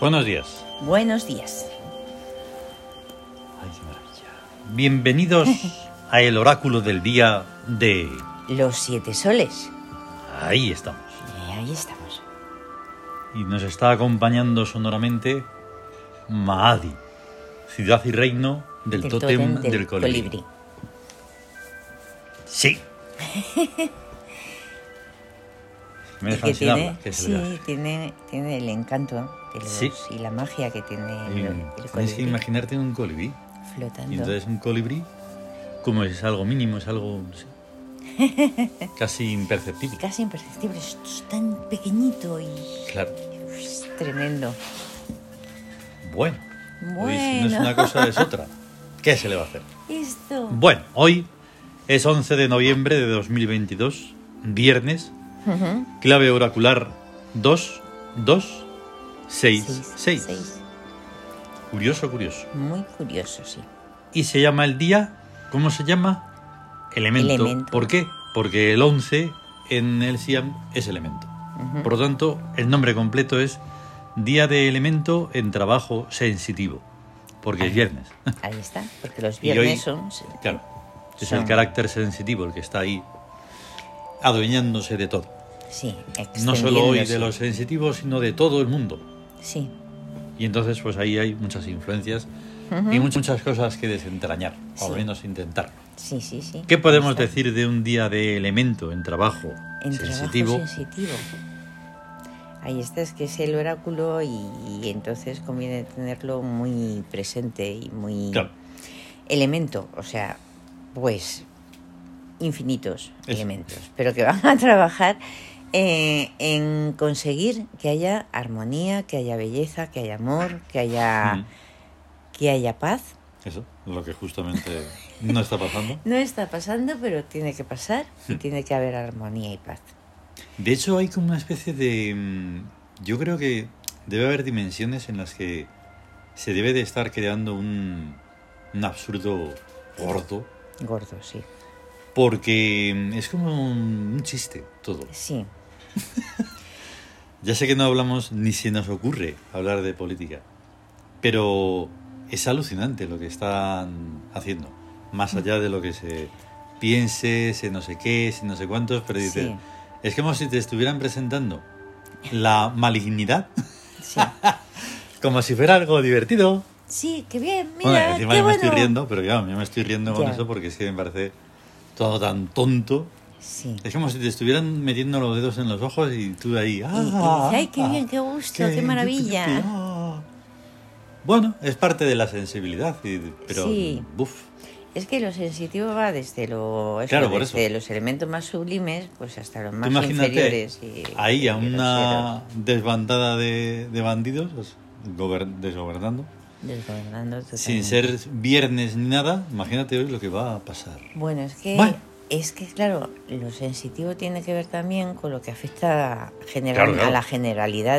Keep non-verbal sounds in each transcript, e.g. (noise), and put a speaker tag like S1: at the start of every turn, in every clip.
S1: Buenos días.
S2: Buenos días.
S1: Ay, qué maravilla. Bienvenidos a el oráculo del día de...
S2: Los siete soles.
S1: Ahí estamos.
S2: Y ahí estamos.
S1: Y nos está acompañando sonoramente Maadi, ciudad y reino del, tótem, del, colibrí. Sí. Me
S2: Y
S1: dejan
S2: que
S1: sin
S2: tiene,
S1: habla, que se le hace.
S2: sí, tiene, tiene el encanto de los-
S1: Sí.
S2: y la magia que tiene
S1: Y
S2: el, el
S1: Tienes que
S2: colibrí
S1: imaginarte un colibrí.
S2: flotando.
S1: Y entonces un colibrí, como es algo mínimo, es algo no sé, casi
S2: Y
S1: imperceptible.
S2: casi imperceptible, es es tan pequeñito y
S1: Claro.
S2: es tremendo.
S1: Bueno. Hoy si no es
S2: Bueno.
S1: una cosa, es otra. ¿Qué se le va a hacer?
S2: Esto.
S1: Bueno, hoy es 11 de noviembre de 2022, viernes,
S2: Ujú.
S1: clave oracular 2, 2, 6,
S2: Seis,
S1: 6.
S2: seis.
S1: Curioso, curioso.
S2: Muy
S1: (laughs)
S2: curioso, sí.
S1: Y se llama el día, ¿cómo se llama? Elemento.
S2: Elemento.
S1: ¿Por qué? Porque el 11 en el Siam es elemento. Por lo tanto, el nombre completo es Día de Elemento en Trabajo Sensitivo, porque es viernes.
S2: Ahí está, porque los
S1: Y hoy-
S2: viernes son...
S1: Claro, es
S2: Son-
S1: el carácter sensitivo el que está ahí adueñándose de todo.
S2: Sí,
S1: No solo hoy
S2: extendiéndose.
S1: de los sensitivos, sino de todo el mundo.
S2: Sí,
S1: Y entonces pues ahí hay muchas influencias y muchas, muchas cosas que desentrañar, o al
S2: Sí.
S1: menos intentar.
S2: sí, sí, sí.
S1: ¿Qué podemos
S2: Está
S1: decir de un día de elemento en trabajo
S2: En trabajo
S1: sensitivo?
S2: sensitivo. Ahí está, es que es el oráculo y, y entonces conviene tenerlo muy presente y muy...
S1: Claro,
S2: Elemento, o sea, pues infinitos
S1: Eso.
S2: elementos, pero que (laughs) van a trabajar eh, en conseguir que haya armonía, que haya belleza, que haya amor, que haya,
S1: Mm.
S2: que haya paz.
S1: eso, lo que justamente no está pasando.
S2: No está pasando, pero tiene que pasar y tiene que haber armonía y paz.
S1: De hecho, hay como una especie de... mm, Yo creo que debe haber dimensiones en las que se debe de estar creando un, un absurdo gordo,
S2: Gordo, sí.
S1: porque mm, es como un, un chiste todo.
S2: Sí,
S1: Ya sé que no hablamos ni se nos ocurre hablar de política, pero es alucinante lo que están haciendo, más allá de lo que se piense, se no sé qué, se no sé cuántos, pero dices,
S2: Sí.
S1: es como si te estuvieran presentando la malignidad
S2: sí.
S1: como si fuera algo divertido.
S2: Sí, qué bien, mira,
S1: Bueno, encima
S2: qué
S1: yo me
S2: bueno.
S1: estoy riendo, pero claro, yo me estoy riendo con
S2: Ya.
S1: eso porque es que me parece todo tan tonto.
S2: Sí.
S1: Es como si te estuvieran metiendo los dedos en los ojos y tú ahí.
S2: y dices,
S1: "Ah,
S2: "Ay, qué
S1: ah,
S2: bien, qué gusto, qué maravilla".
S1: yupi, yupi, ah". Bueno, es parte de la sensibilidad, y- pero.
S2: Sí.
S1: buf,
S2: Es que lo sensitivo va desde, lo, eso,
S1: Claro, por
S2: desde
S1: eso.
S2: los elementos más sublimes pues hasta los
S1: tú
S2: más
S1: imagínate
S2: inferiores. Y,
S1: ahí a
S2: y
S1: una desbandada de, de bandidos pues, gober- desgobernando.
S2: groseros, desgobernando
S1: Sin
S2: totalmente.
S1: ser viernes ni nada, imagínate hoy lo que va a pasar.
S2: Bueno, es que,
S1: Bueno.
S2: es que, claro, lo sensitivo tiene que ver también con lo que afecta general,
S1: Claro, claro.
S2: a la generalidad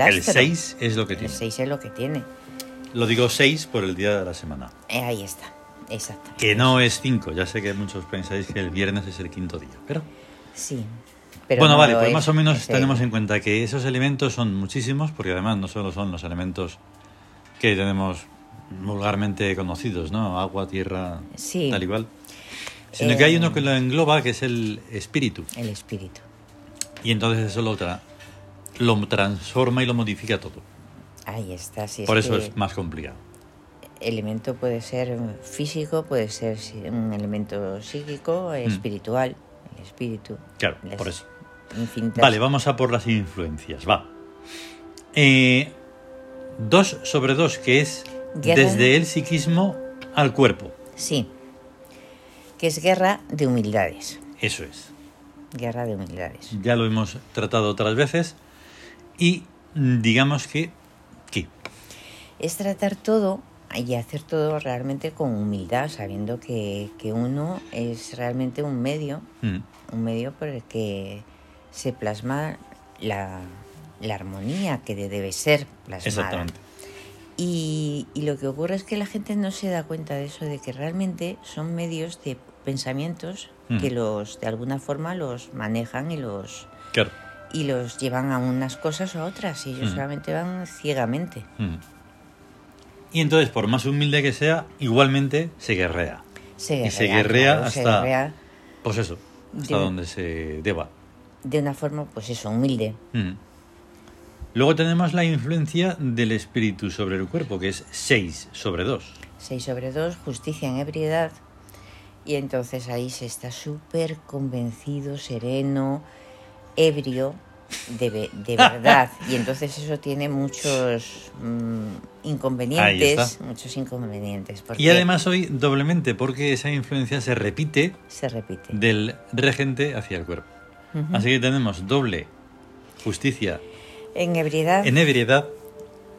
S1: El
S2: astro.
S1: 6 es lo que
S2: El
S1: tiene.
S2: 6 es lo que tiene.
S1: Lo digo 6 por el día de la semana.
S2: Eh, ahí está, exacto.
S1: Que no es 5. Ya sé que muchos pensáis que el viernes es el quinto día. Pero.
S2: Sí. Pero
S1: bueno,
S2: no
S1: vale,
S2: lo
S1: pues
S2: es.
S1: más o menos
S2: Ese-
S1: tenemos en cuenta que esos elementos son muchísimos, porque además no solo son los elementos que tenemos vulgarmente conocidos, ¿no? Agua, tierra,
S2: Sí.
S1: tal y cual. Sino
S2: Eh,
S1: que hay uno que lo engloba, que es el espíritu.
S2: El espíritu.
S1: Y entonces eso lo, tra- lo transforma y lo modifica todo.
S2: Ahí está, sí.
S1: Por
S2: es
S1: eso
S2: que
S1: es más complicado.
S2: elemento puede ser físico, puede ser si- un elemento psíquico, espiritual, el espíritu.
S1: Claro,
S2: las
S1: Mm. por eso.
S2: infinitas-
S1: Vale, vamos a por las influencias, va. Eh, dos sobre dos, que es
S2: Guerra.
S1: desde el psiquismo al cuerpo.
S2: Sí. Que es guerra de humildades.
S1: Eso es.
S2: Guerra de humildades.
S1: Ya lo hemos tratado otras veces. Y mm, digamos que... ¿Qué?
S2: Es tratar todo y hacer todo realmente con humildad, sabiendo que, que uno es realmente un medio,
S1: Mm,
S2: un medio por el que se plasma la, la armonía que de- debe ser plasmada.
S1: exactamente.
S2: Y, y lo que ocurre es que la gente no se da cuenta de eso, de que realmente son medios de pensamientos
S1: Mm.
S2: que los de alguna forma los manejan y los
S1: Claro.
S2: y los llevan a unas cosas o a otras y ellos
S1: Mm.
S2: solamente van ciegamente.
S1: Mm. Y entonces, por más humilde que sea, igualmente se guerrea.
S2: Se
S1: Y
S2: guerrea,
S1: se guerrea
S2: claro, se
S1: hasta-
S2: guerrea
S1: Pues eso, hasta
S2: Sí.
S1: donde se deba.
S2: de una forma, pues eso, humilde.
S1: Mm. Luego tenemos la influencia del espíritu sobre el cuerpo, que es 6 sobre 2.
S2: 6 sobre 2, justicia en ebriedad. Y entonces ahí se está súper convencido, sereno, ebrio, de, ve-
S1: (laughs)
S2: de verdad. Y entonces eso tiene muchos mm, inconvenientes,
S1: está.
S2: muchos inconvenientes. Porque
S1: Y además hoy doblemente, porque esa influencia se repite
S2: se repite.
S1: del regente hacia el cuerpo.
S2: Ujú.
S1: Así que tenemos doble justicia
S2: En ebriedad,
S1: en e- ebriedad.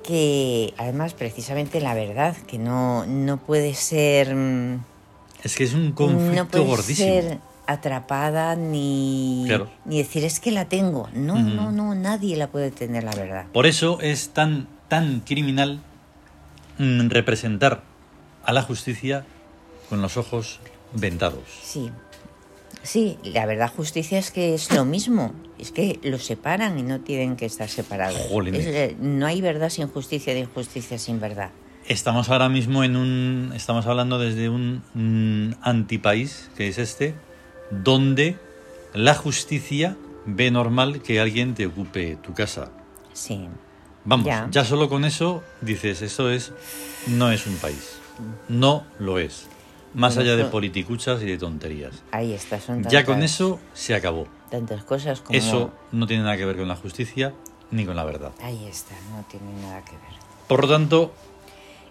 S2: que además precisamente la verdad, que no, no puede ser... mm,
S1: Es que es un conflicto
S2: no puede
S1: gordísimo.
S2: ser atrapada ni,
S1: Claro.
S2: ni decir es que la tengo. No,
S1: Ujú.
S2: no, no, nadie la puede tener, la verdad.
S1: Por eso es tan, tan criminal mm, representar a la justicia con los ojos ventados.
S2: Sí. Sí, la verdad justicia es que es lo mismo. Es que los separan y no tienen que estar separados.
S1: Jolines.
S2: Es de- no hay verdad sin justicia, de injusticia sin verdad.
S1: Estamos ahora mismo en un. Estamos hablando desde un mm, antipaís, que es este, donde la justicia ve normal que alguien te ocupe tu casa.
S2: Sí.
S1: Vamos,
S2: Ya.
S1: ya solo con eso dices, eso es. No es un país. No lo es. Más
S2: Bueno,
S1: allá de
S2: eso-
S1: politicuchas y de tonterías.
S2: Ahí está. Son
S1: Ya con
S2: tantas-
S1: eso se acabó.
S2: Tantas cosas como...
S1: Eso no tiene nada que ver con la justicia ni con la verdad.
S2: Ahí está, no tiene nada que ver.
S1: Por lo tanto,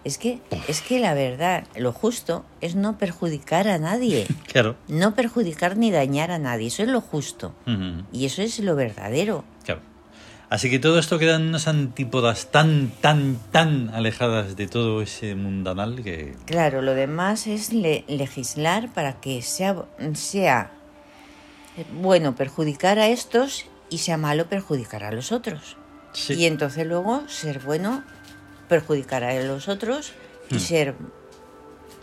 S2: Es que, es que la verdad, lo justo es no perjudicar
S1: (laughs)
S2: a nadie.
S1: claro.
S2: No perjudicar ni dañar a nadie, eso es lo justo.
S1: ujú,
S2: Y eso es lo verdadero.
S1: claro. Así que todo esto quedan unas antípodas tan, tan, tan alejadas de todo ese mundanal que...
S2: Claro, lo demás es le- legislar para que sea, sea bueno perjudicar a estos y sea malo perjudicar a los otros.
S1: Sí.
S2: Y entonces luego ser bueno perjudicar a los otros y
S1: Hmm.
S2: ser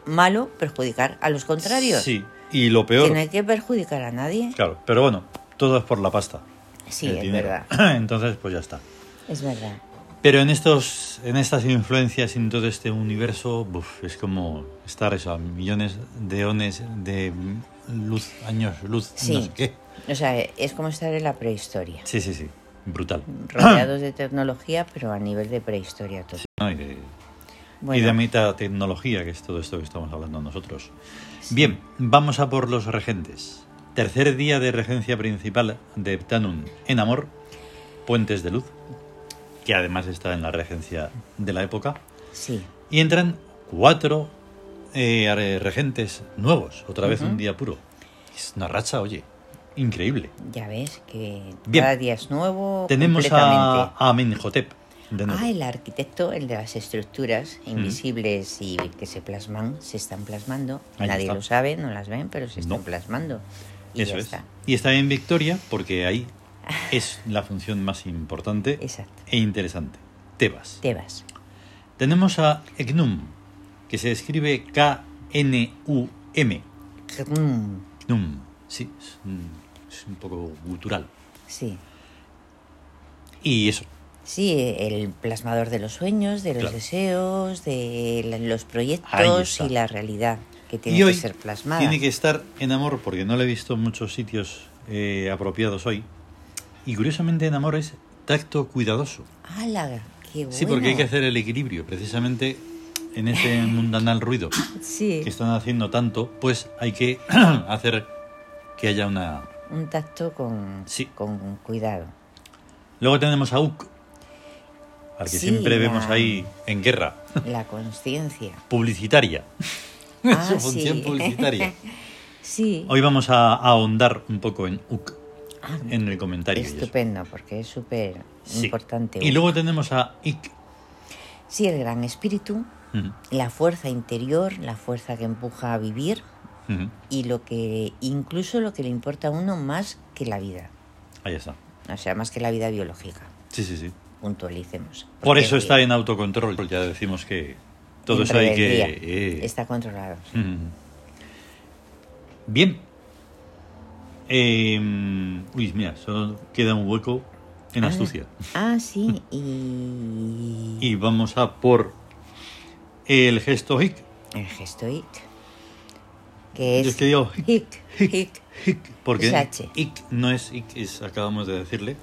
S2: malo perjudicar a los contrarios.
S1: Sí. Y lo
S2: Que
S1: peor...
S2: no hay que perjudicar a nadie.
S1: Claro, pero bueno, todo es por la pasta.
S2: Sí,
S1: el
S2: es
S1: dinero.
S2: verdad.
S1: (clears throat) Entonces, pues ya está.
S2: Es verdad.
S1: Pero en estos, en estas influencias y en todo este universo, buf, es como estar eso, a millones de ones de luz, años, luz, no
S2: Sí.
S1: sé qué.
S2: O sea, es como estar en la prehistoria.
S1: Sí, sí, sí. Brutal. (clears throat)
S2: rodeados de tecnología, pero a nivel de prehistoria total.
S1: ¿no? Y, de,
S2: Bueno,
S1: y de meta tecnología, que es todo esto que estamos hablando nosotros.
S2: Sí.
S1: Bien, vamos a por los regentes. Tercer día de regencia principal de Heptanum en Amor, Puentes de Luz, que además está en la regencia de la época.
S2: sí,
S1: Y entran cuatro eh, are- regentes nuevos, otra vez un día puro. Es una racha, oye, increíble.
S2: ya ves que
S1: Bien.
S2: cada día es nuevo.
S1: Tenemos a,
S2: completamente.
S1: a Amenhotep. de nuevo.
S2: Ah, el arquitecto, el de las estructuras invisibles y que se plasman, se están plasmando.
S1: Ahí
S2: Nadie
S1: está.
S2: lo sabe, no las ven, pero se están
S1: No.
S2: plasmando. Y
S1: Eso
S2: ya
S1: es.
S2: está.
S1: Y está en Victoria porque
S2: (laughs)
S1: ahí es la función más importante
S2: Exacto.
S1: e interesante. Tebas.
S2: Tebas.
S1: Tenemos a Eknum, que se escribe K-N-U-M.
S2: Mm,
S1: Knum. Sí, es un, es un poco gutural.
S2: Sí.
S1: Y eso.
S2: Sí, el plasmador de los sueños, de los
S1: Claro.
S2: deseos, de la- los
S1: Ahí
S2: proyectos
S1: está.
S2: y la realidad que tiene
S1: y hoy
S2: que ser plasmada.
S1: tiene que estar en amor porque no le he visto en muchos sitios eh, apropiados hoy. Y curiosamente en amor es tacto cuidadoso.
S2: ¡Hala! ¡Qué bueno!
S1: Sí, porque hay que hacer el equilibrio precisamente en
S2: (laughs)
S1: este mundanal ruido.
S2: Sí,
S1: que están haciendo tanto, pues hay que (clears throat) hacer que haya una...
S2: un tacto con,
S1: Sí.
S2: con
S1: (laughs)
S2: cuidado.
S1: Luego tenemos a Uc, al que
S2: Sí,
S1: siempre
S2: la-
S1: vemos ahí en guerra,
S2: La conciencia.
S1: publicitaria.
S2: Ah,
S1: (laughs) Su función
S2: sí.
S1: publicitaria.
S2: (laughs) Sí.
S1: Hoy vamos a ahondar un poco en Uc,
S2: Ah,
S1: en el comentario. y eso.
S2: Estupendo, porque es súper
S1: Sí.
S2: importante.
S1: Y luego tenemos a Ik.
S2: Sí, el gran espíritu,
S1: Ujú,
S2: la fuerza interior, la fuerza que empuja a vivir
S1: ujú.
S2: y lo que incluso lo que le importa a uno más que la vida.
S1: Ahí está.
S2: O sea, más que la vida biológica.
S1: Sí, sí, sí.
S2: Puntualicemos.
S1: Por
S2: Porque
S1: eso
S2: el-
S1: está en autocontrol. Ya decimos que todo eso hay que...
S2: rebeldía
S1: eh,
S2: Está controlado.
S1: Mm. Bien. Eh, uy, mira, solo queda un hueco en
S2: Ah.
S1: astucia.
S2: Ah, sí, y...
S1: Y vamos a por el gesto hic.
S2: El gesto hic. Que
S1: Yo
S2: es...
S1: es que
S2: (laughs)
S1: digo hic, (laughs)
S2: hic, hic.
S1: hic, porque
S2: Es H.
S1: hic no es hic, es, acabamos de decirle,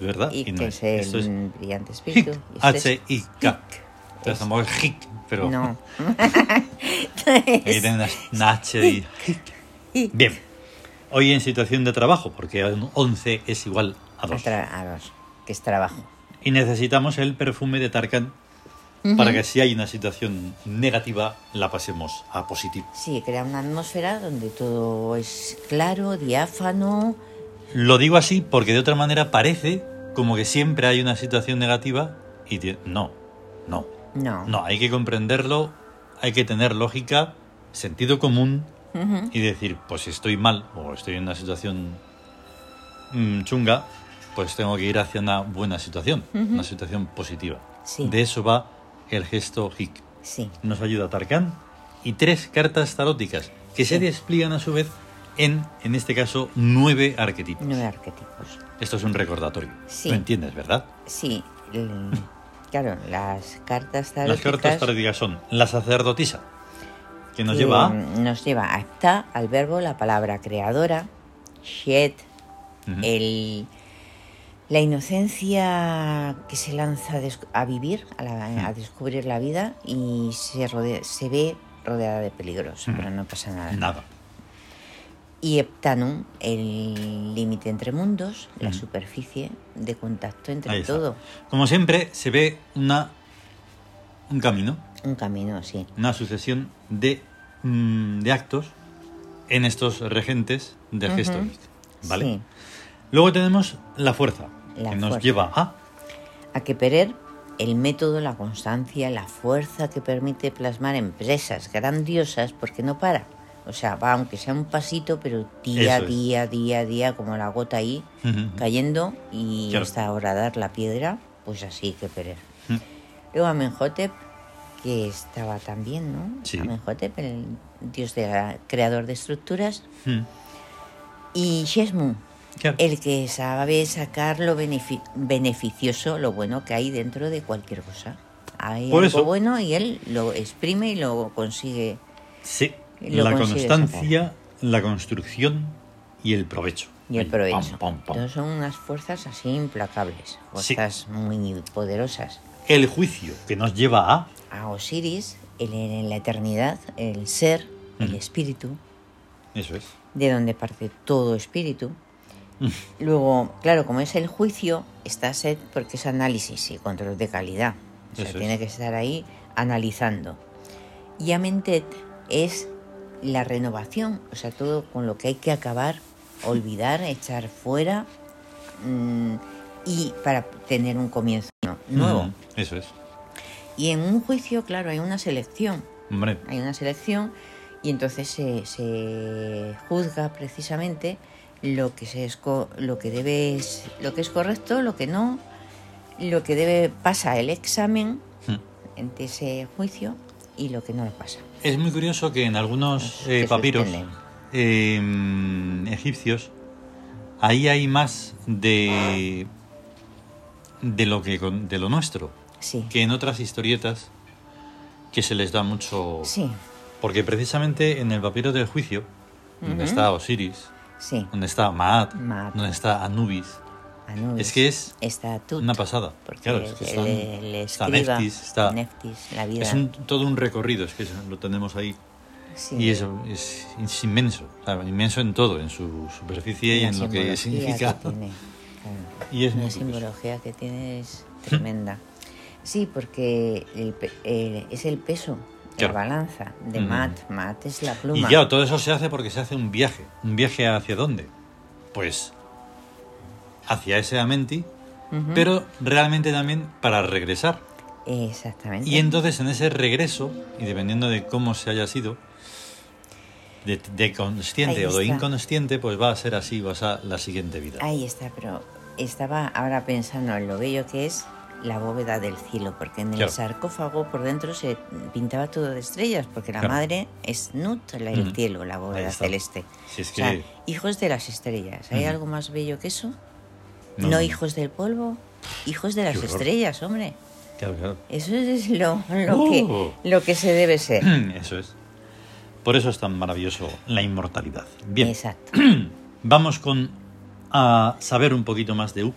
S1: ¿verdad?
S2: Y
S1: ah, no
S2: que
S1: es.
S2: es el
S1: Esto es
S2: brillante
S1: hic,
S2: espíritu. y esto es-
S1: H-I-K. Entonces
S2: Es-
S1: tampoco es hic, pero
S2: No.
S1: Ahí tienen las- una H ahí.
S2: Hic.
S1: Bien. Hoy en situación de trabajo, porque un 11 es igual a 2.
S2: Atra- a ver, que es trabajo.
S1: Y necesitamos el perfume de Tarkan para que si hay una situación negativa, la pasemos a positivo.
S2: Sí, crea una atmósfera donde todo es claro, diáfano.
S1: Lo digo así porque de otra manera parece como que siempre hay una situación negativa y tie- no, no,
S2: No.
S1: no, hay que comprenderlo, hay que tener lógica, sentido común
S2: Ujú.
S1: y decir, pues si estoy mal o estoy en una situación mm, chunga, pues tengo que ir hacia una buena situación, una situación positiva.
S2: Sí.
S1: De eso va el gesto hic.
S2: Sí.
S1: Nos ayuda Tarkan y tres cartas taróticas que se
S2: Sí.
S1: despliegan a su vez en, en este caso, nueve arquetipos.
S2: Nueve arquetipos.
S1: Esto es un recordatorio.
S2: Sí.
S1: ¿Lo entiendes, verdad?
S2: Sí.
S1: (laughs)
S2: el- claro, las cartas
S1: Las
S2: taróticas...
S1: cartas taróticas son la sacerdotisa, que nos
S2: que,
S1: lleva a...
S2: mm, Nos lleva a Ptah, al verbo, la palabra creadora, Shet,
S1: Ujú.
S2: eh, el, la inocencia que se lanza a, des- a vivir, a, la- a descubrir la vida y se, rodea- se ve rodeada de peligros, pero no pasa nada.
S1: Nada.
S2: Y Heptanum, el límite entre mundos, la
S1: Ujú.
S2: superficie de contacto
S1: Ahí
S2: entre
S1: está.
S2: todo.
S1: Como siempre, se ve una, un camino,
S2: Un camino, sí.
S1: una sucesión de, mm, de actos en estos regentes del
S2: Ujú.
S1: gesto. ¿Vale?
S2: Sí.
S1: Luego tenemos la fuerza,
S2: La
S1: que nos
S2: fuerza.
S1: lleva a...
S2: A que Perer, el método, la constancia, la fuerza que permite plasmar empresas grandiosas porque no para. O sea, va aunque sea un pasito, pero día, a
S1: Eso es.
S2: día, día, a día, como la gota ahí,
S1: Ujú.
S2: cayendo y
S1: Claro.
S2: hasta ahora dar la piedra, pues así que Perer.
S1: Mm.
S2: Luego Amenhotep, que estaba también, ¿no?
S1: Sí.
S2: Amenhotep, el dios de la- creador de estructuras.
S1: Mm.
S2: Y Shesmu,
S1: Claro.
S2: el que sabe sacar lo benefi- beneficioso, lo bueno que hay dentro de cualquier cosa. Hay
S1: Por
S2: algo
S1: eso.
S2: bueno y él lo exprime y lo consigue.
S1: Sí,
S2: Lo
S1: la
S2: consigues
S1: constancia, la construcción y el provecho.
S2: Y el
S1: Ahí, pam, pam,
S2: provecho.
S1: pam.
S2: Entonces son unas fuerzas así implacables,
S1: Sí.
S2: fuerzas muy poderosas.
S1: El juicio, que nos lleva a...
S2: A Osiris, el en la eternidad, el ser, el
S1: Mm.
S2: espíritu,
S1: Eso es.
S2: de donde parte
S1: (laughs)
S2: todo espíritu. Luego, claro, como es el juicio, está set porque es análisis y control de calidad. O sea,
S1: Eso es.
S2: tiene que estar ahí analizando. Y Amentet es la renovación, o sea, todo con lo que hay
S1: (laughs)
S2: que acabar, olvidar, echar fuera mm, y para tener un comienzo ¿no? nuevo.
S1: Mm, Eso es.
S2: Y en un juicio, claro, hay una selección
S1: Hombre,
S2: hay una selección y entonces se, se juzga precisamente lo que se esco- lo que debe es- lo que es correcto lo que no lo que debe pasa el examen
S1: mm.
S2: en ese juicio y lo que no lo pasa
S1: es muy curioso que en algunos
S2: Pues,
S1: eh,
S2: que
S1: papiros
S2: suspenden.
S1: eh, egipcios, ahí hay más de, de, lo que, con- de lo nuestro
S2: sí
S1: que en otras historietas que se les da mucho...
S2: sí
S1: Porque precisamente en el papiro del juicio, donde
S2: Ujú.
S1: está Osiris,
S2: sí
S1: donde está Maat,
S2: Maat.
S1: donde está Anubis,
S2: Anubis.
S1: es que es
S2: está Tut,
S1: una pasada.
S2: porque
S1: Claro, es que
S2: el-
S1: están-
S2: el- el
S1: está
S2: escriba,
S1: Neftis, está-
S2: Neftis, la vida
S1: es un- todo un recorrido, es que eso lo tenemos ahí.
S2: sí.
S1: Y eso es, es inmenso, o sea, inmenso en todo, en su superficie y
S2: La
S1: en lo que
S2: simbología
S1: significa.
S2: que tiene, claro.
S1: (laughs) Y es
S2: Una
S1: muy curioso.
S2: simbología que tiene es tremenda. Sí, porque el pe- eh, es el peso,
S1: Claro.
S2: la balanza de
S1: Ujú.
S2: Mat. Mat es la
S1: Y
S2: pluma.
S1: claro, todo eso se hace porque se hace un viaje. ¿Un viaje hacia dónde? Pues hacia ese Amenti,
S2: Ujú.
S1: pero realmente también para regresar.
S2: Exactamente.
S1: Y entonces en ese regreso, y dependiendo de cómo se haya sido, de, de consciente
S2: Ahí
S1: o de
S2: está.
S1: inconsciente, pues va a ser así, vas a la siguiente vida.
S2: Ahí está, pero estaba ahora pensando en lo bello que es la bóveda del cielo, porque en el
S1: Claro.
S2: sarcófago por dentro se pintaba todo de estrellas, porque la
S1: Claro.
S2: madre es Nut, la- el
S1: Ujú.
S2: cielo, la bóveda
S1: está.
S2: celeste.
S1: Si es
S2: O
S1: que
S2: sea, hijos de las estrellas. ¿Hay
S1: Ujú.
S2: algo más bello que eso?
S1: No.
S2: No, hijos del polvo, hijos de las
S1: horror.
S2: estrellas, hombre.
S1: Claro, claro. (clears throat)
S2: Eso es lo, lo
S1: Oh.
S2: que, lo que se debe ser.
S1: Eso es. Por eso es tan maravilloso la inmortalidad. Bien,
S2: Exacto.
S1: vamos con a saber un poquito más de Uc.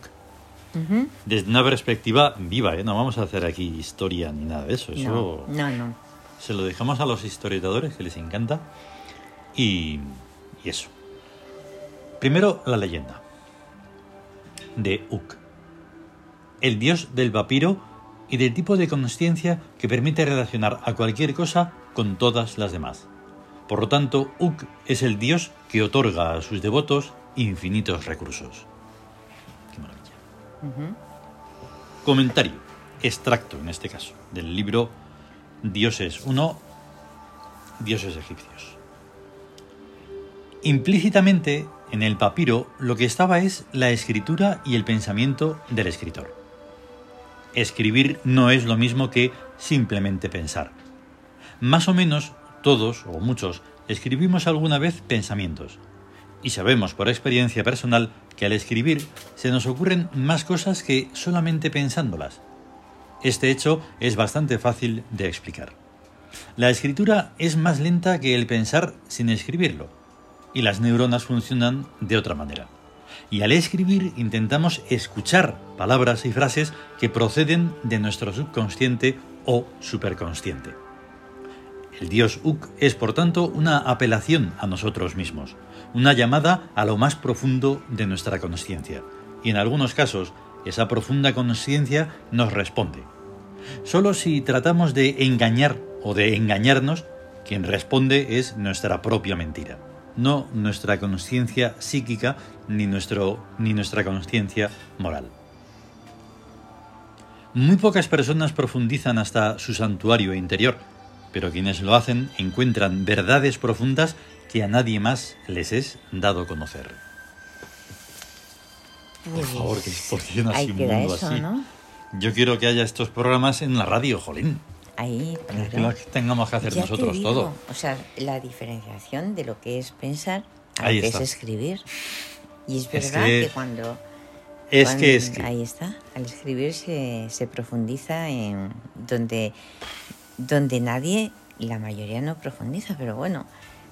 S2: Ujú.
S1: Desde una perspectiva viva, ¿eh? No vamos a hacer aquí historia ni nada de eso. Eso
S2: No, no, no.
S1: se lo dejamos a los historiadores, que les encanta. Y, y eso. Primero, la leyenda de Uk. El dios del papiro y del tipo de conciencia que permite relacionar a cualquier cosa con todas las demás. Por lo tanto, Uk es el dios que otorga a sus devotos infinitos recursos. Qué maravilla.
S2: Ujú.
S1: Comentario, extracto en este caso, del libro Dioses 1, Dioses egipcios. Implícitamente, en el papiro lo que estaba es la escritura y el pensamiento del escritor. Escribir no es lo mismo que simplemente pensar. Más o menos todos o muchos escribimos alguna vez pensamientos, y sabemos por experiencia personal que al escribir se nos ocurren más cosas que solamente pensándolas. Este hecho es bastante fácil de explicar. La escritura es más lenta que el pensar sin escribirlo, y las neuronas funcionan de otra manera. Y al escribir intentamos escuchar palabras y frases que proceden de nuestro subconsciente o superconsciente. El dios Uk es, por tanto, una apelación a nosotros mismos, una llamada a lo más profundo de nuestra conciencia. Y en algunos casos, esa profunda conciencia nos responde. Solo si tratamos de engañar o de engañarnos, quien responde es nuestra propia mentira, no nuestra conciencia psíquica ni, nuestro, ni nuestra conciencia moral. Muy pocas personas profundizan hasta su santuario interior, pero quienes lo hacen encuentran verdades profundas que a nadie más les es dado conocer. Por favor, que es por qué nací
S2: Ahí
S1: un
S2: queda
S1: mundo
S2: eso,
S1: así.
S2: ¿no?
S1: Yo quiero que haya estos programas en la radio, jolín.
S2: Ahí, claro.
S1: Que lo tengamos que hacer
S2: Ya te
S1: nosotros
S2: digo,
S1: todo.
S2: O sea, la diferenciación de lo que es pensar a
S1: Ahí
S2: lo que
S1: está.
S2: es escribir. Y es
S1: Es
S2: verdad
S1: que-
S2: que, cuando...
S1: Es
S2: cuando-
S1: que es que...
S2: Ahí está. Al escribir se, se profundiza en donde, donde nadie, la mayoría no profundiza, pero bueno,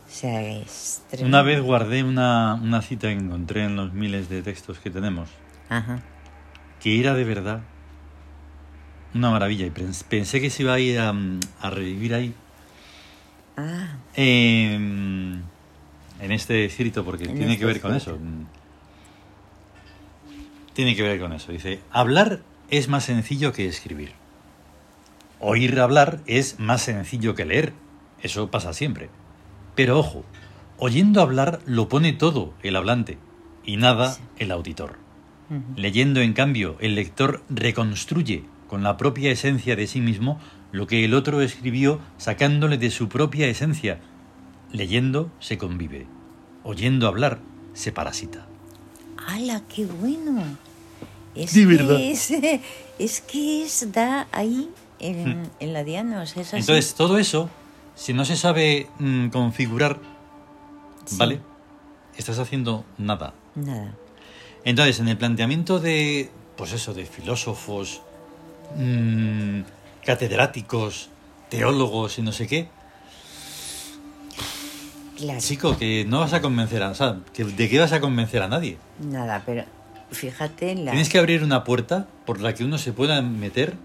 S2: o sea, es tremendo.
S1: Una vez guardé una, una cita que encontré en los miles de textos que tenemos,
S2: Ajá.
S1: que era de verdad una maravilla. Y pens- pensé que se iba a ir a, mm, a revivir ahí,
S2: Ah,
S1: eh, en este escrito, porque
S2: En
S1: tiene que
S2: este
S1: ver con eso.
S2: escrito.
S1: Tiene que ver con eso. Dice, hablar es más sencillo que escribir. Oír hablar es más sencillo que leer. Eso pasa siempre. Pero ojo, oyendo hablar lo pone todo el hablante y nada el auditor.
S2: ujú.
S1: Leyendo, en cambio, el lector reconstruye con la propia esencia de sí mismo lo que el otro escribió sacándole de su propia esencia. Leyendo se convive. Oyendo hablar se parasita.
S2: ¡Hala, qué bueno! Es
S1: De
S2: que
S1: verdad.
S2: Es, (laughs) es que es, da ahí en, en la diana, o sea, es así.
S1: Entonces, todo eso, si no se sabe mm, configurar,
S2: Sí.
S1: ¿vale? Estás haciendo nada.
S2: Nada.
S1: Entonces, en el planteamiento de, pues eso, de filósofos, mm, catedráticos, teólogos y no sé qué,
S2: Claro.
S1: Chico, que no vas a convencer a... O sea, que ¿de qué vas a convencer a nadie?
S2: Nada, pero fíjate en la...
S1: Tienes que abrir una puerta por la que uno se pueda meter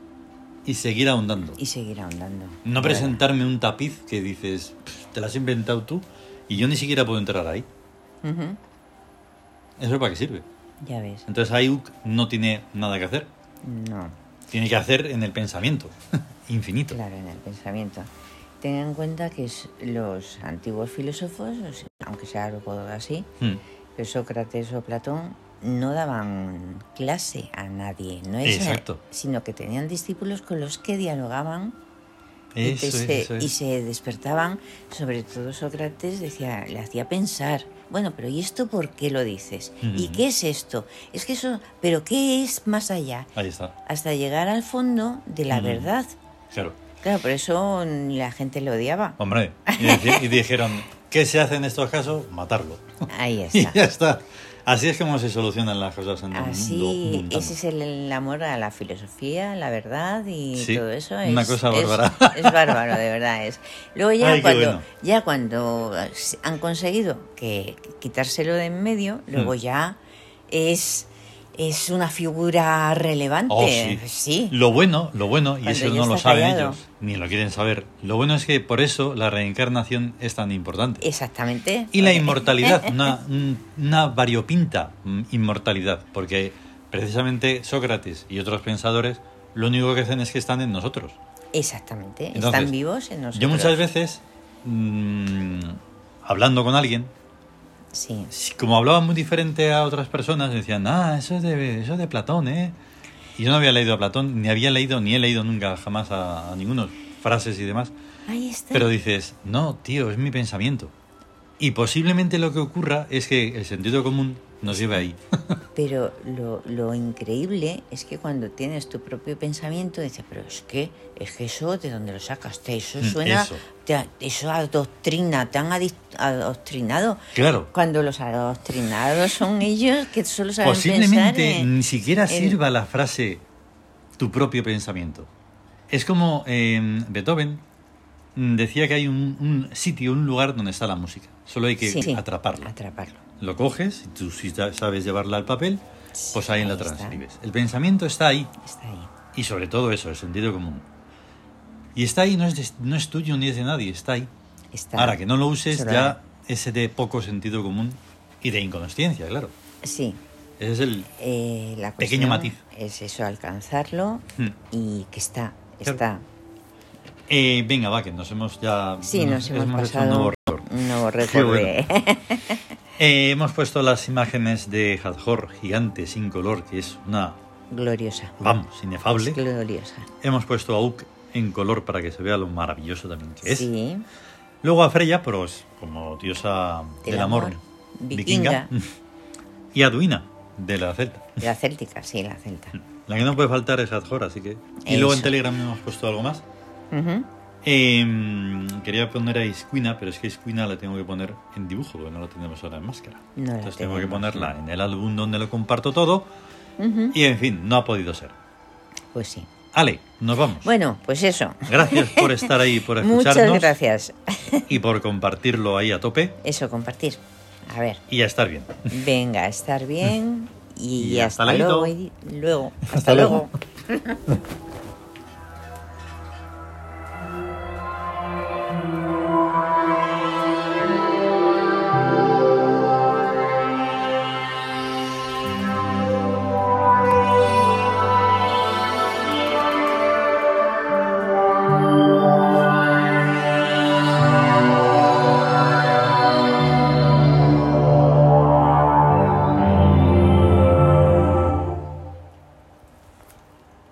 S1: y seguir ahondando.
S2: Y seguir ahondando.
S1: No
S2: Bueno,
S1: presentarme un tapiz que dices, "Pff, te lo has inventado tú y yo ni siquiera puedo entrar ahí.
S2: ujú,
S1: ¿Eso para qué sirve?
S2: Ya ves.
S1: Entonces Ayuk no tiene nada que hacer.
S2: No,
S1: Tiene que hacer en el pensamiento. (laughs) Infinito.
S2: claro, en el pensamiento. Ten en cuenta que es- los antiguos filósofos, o sea, aunque sea algo así,
S1: Mm.
S2: que Sócrates o Platón no daban clase a nadie, no es
S1: Exacto.
S2: sino que tenían discípulos con los que dialogaban
S1: Eso
S2: y,
S1: es,
S2: se,
S1: eso es.
S2: y se despertaban, sobre todo Sócrates, decía, le hacía pensar. Bueno, pero ¿y esto por qué lo dices? ¿Y
S1: Ujú.
S2: qué es esto? Es que eso, pero ¿qué es más allá?
S1: Ahí está,
S2: Hasta llegar al fondo de la
S1: Ujú.
S2: verdad.
S1: claro.
S2: Claro, por eso ni la gente le odiaba.
S1: Hombre, y, dije- y dijeron, ¿qué se hace en estos casos? Matarlo. (laughs)
S2: Ahí (laughs)
S1: Y
S2: está.
S1: ya está. Así es como se solucionan las cosas en el mundo.
S2: Así,
S1: mundano.
S2: Ah, ese es el, el amor a la filosofía, la verdad y
S1: Sí,
S2: todo eso.
S1: una
S2: es,
S1: cosa
S2: es-
S1: bárbara.
S2: Es, bárbaro, de verdad es. Luego ya,
S1: Ay, qué
S2: cuando,
S1: bueno.
S2: ya cuando s- han conseguido que quitárselo de en medio, luego
S1: Mm.
S2: ya es, es una figura relevante.
S1: Oh, sí.
S2: pues sí.
S1: Lo bueno, lo bueno, y
S2: Cuando
S1: eso
S2: ya
S1: no lo
S2: está
S1: saben
S2: callado.
S1: ellos, ni lo quieren saber. Lo bueno es que por eso la reencarnación es tan importante.
S2: Exactamente. Eh,
S1: Y la
S2: Porque- (laughs)
S1: inmortalidad, una, un- una variopinta mm, inmortalidad, porque precisamente Sócrates y otros pensadores lo único que hacen es que están en nosotros.
S2: Exactamente.
S1: Entonces,
S2: Están vivos en nosotros.
S1: Yo muchas veces, mm, hablando con alguien,
S2: Sí.
S1: si- como hablaba muy diferente a otras personas, decían, ah, eso es de, eso es de Platón, ¿eh? Y yo no había leído a Platón, ni había leído, ni he leído nunca jamás a, a ninguno, frases y demás.
S2: Ahí está.
S1: Pero dices, no, tío, es mi pensamiento. Y posiblemente lo que ocurra es que el sentido común nos lleve ahí. (laughs)
S2: Pero lo, lo increíble es que cuando tienes tu propio pensamiento, dices, pero es que, es que eso, ¿de dónde lo sacaste? eso
S1: Mm,
S2: suena,
S1: eso.
S2: te a- eso a doctrina, te han adic- adoctrinado.
S1: Claro.
S2: Cuando los adoctrinados son ellos que solo saben
S1: Posiblemente
S2: pensar en-
S1: ni siquiera
S2: en-
S1: sirva la frase tu propio pensamiento. Es como eh, Beethoven mm, decía que hay un, un sitio, un lugar donde está la música. Solo hay que
S2: Sí, sí,
S1: atraparla.
S2: Atraparlo.
S1: Lo coges, y tú si ya sabes llevarla al papel, pues
S2: Sí,
S1: ahí la
S2: ahí está.
S1: transcribes. El pensamiento está ahí.
S2: Está ahí.
S1: Y sobre todo eso, el sentido común. Y está ahí, no es, de- no es tuyo ni es de nadie, está ahí.
S2: Está.
S1: Ahora que no lo uses,
S2: Solo-
S1: ya ese de poco sentido común y de inconsciencia, claro.
S2: Sí.
S1: Ese es el...
S2: eh, la
S1: Pequeño
S2: cuestión
S1: matiz.
S2: Es eso, alcanzarlo
S1: Hmm.
S2: y que está,
S1: Claro.
S2: está.
S1: Eh, venga, va, que nos hemos ya...
S2: Sí, nos hemos
S1: hecho un
S2: pasado
S1: nuevo
S2: un
S1: récord.
S2: nuevo
S1: Qué
S2: récord
S1: bueno.
S2: de-
S1: Eh, hemos puesto las imágenes de Hathor, gigante, sin color, que es una,
S2: (laughs) gloriosa.
S1: vamos, inefable.
S2: Es gloriosa.
S1: Hemos puesto a Uk en color para que se vea lo maravilloso también que es.
S2: Sí.
S1: Luego a Freya, pero es como diosa del,
S2: Del
S1: amor,
S2: amor. Vikinga.
S1: (laughs) Y a Duina, de la celta.
S2: La céltica, sí, la celta.
S1: La que no puede faltar es Hathor, así que... Y
S2: Eso.
S1: luego en Telegram hemos puesto algo más.
S2: Ujú.
S1: Em, quería poner a Isquina, pero es que Isquina la tengo que poner en dibujo, porque no la tenemos ahora en máscara.
S2: No la
S1: Entonces tengo que
S2: tenemos.
S1: ponerla en el álbum donde lo comparto todo.
S2: Ujú.
S1: Y en fin, no ha podido ser.
S2: Pues sí.
S1: Ale, nos vamos.
S2: Bueno, pues eso.
S1: Gracias por estar ahí, por
S2: (laughs) Muchas
S1: escucharnos
S2: gracias.
S1: y por compartirlo ahí a tope
S2: Eso, compartir. A ver,
S1: y a estar bien.
S2: venga, estar bien (laughs) y,
S1: Y hasta
S2: hasta, luego.
S1: luego.
S2: y- luego. Hasta,
S1: luego.
S2: luego.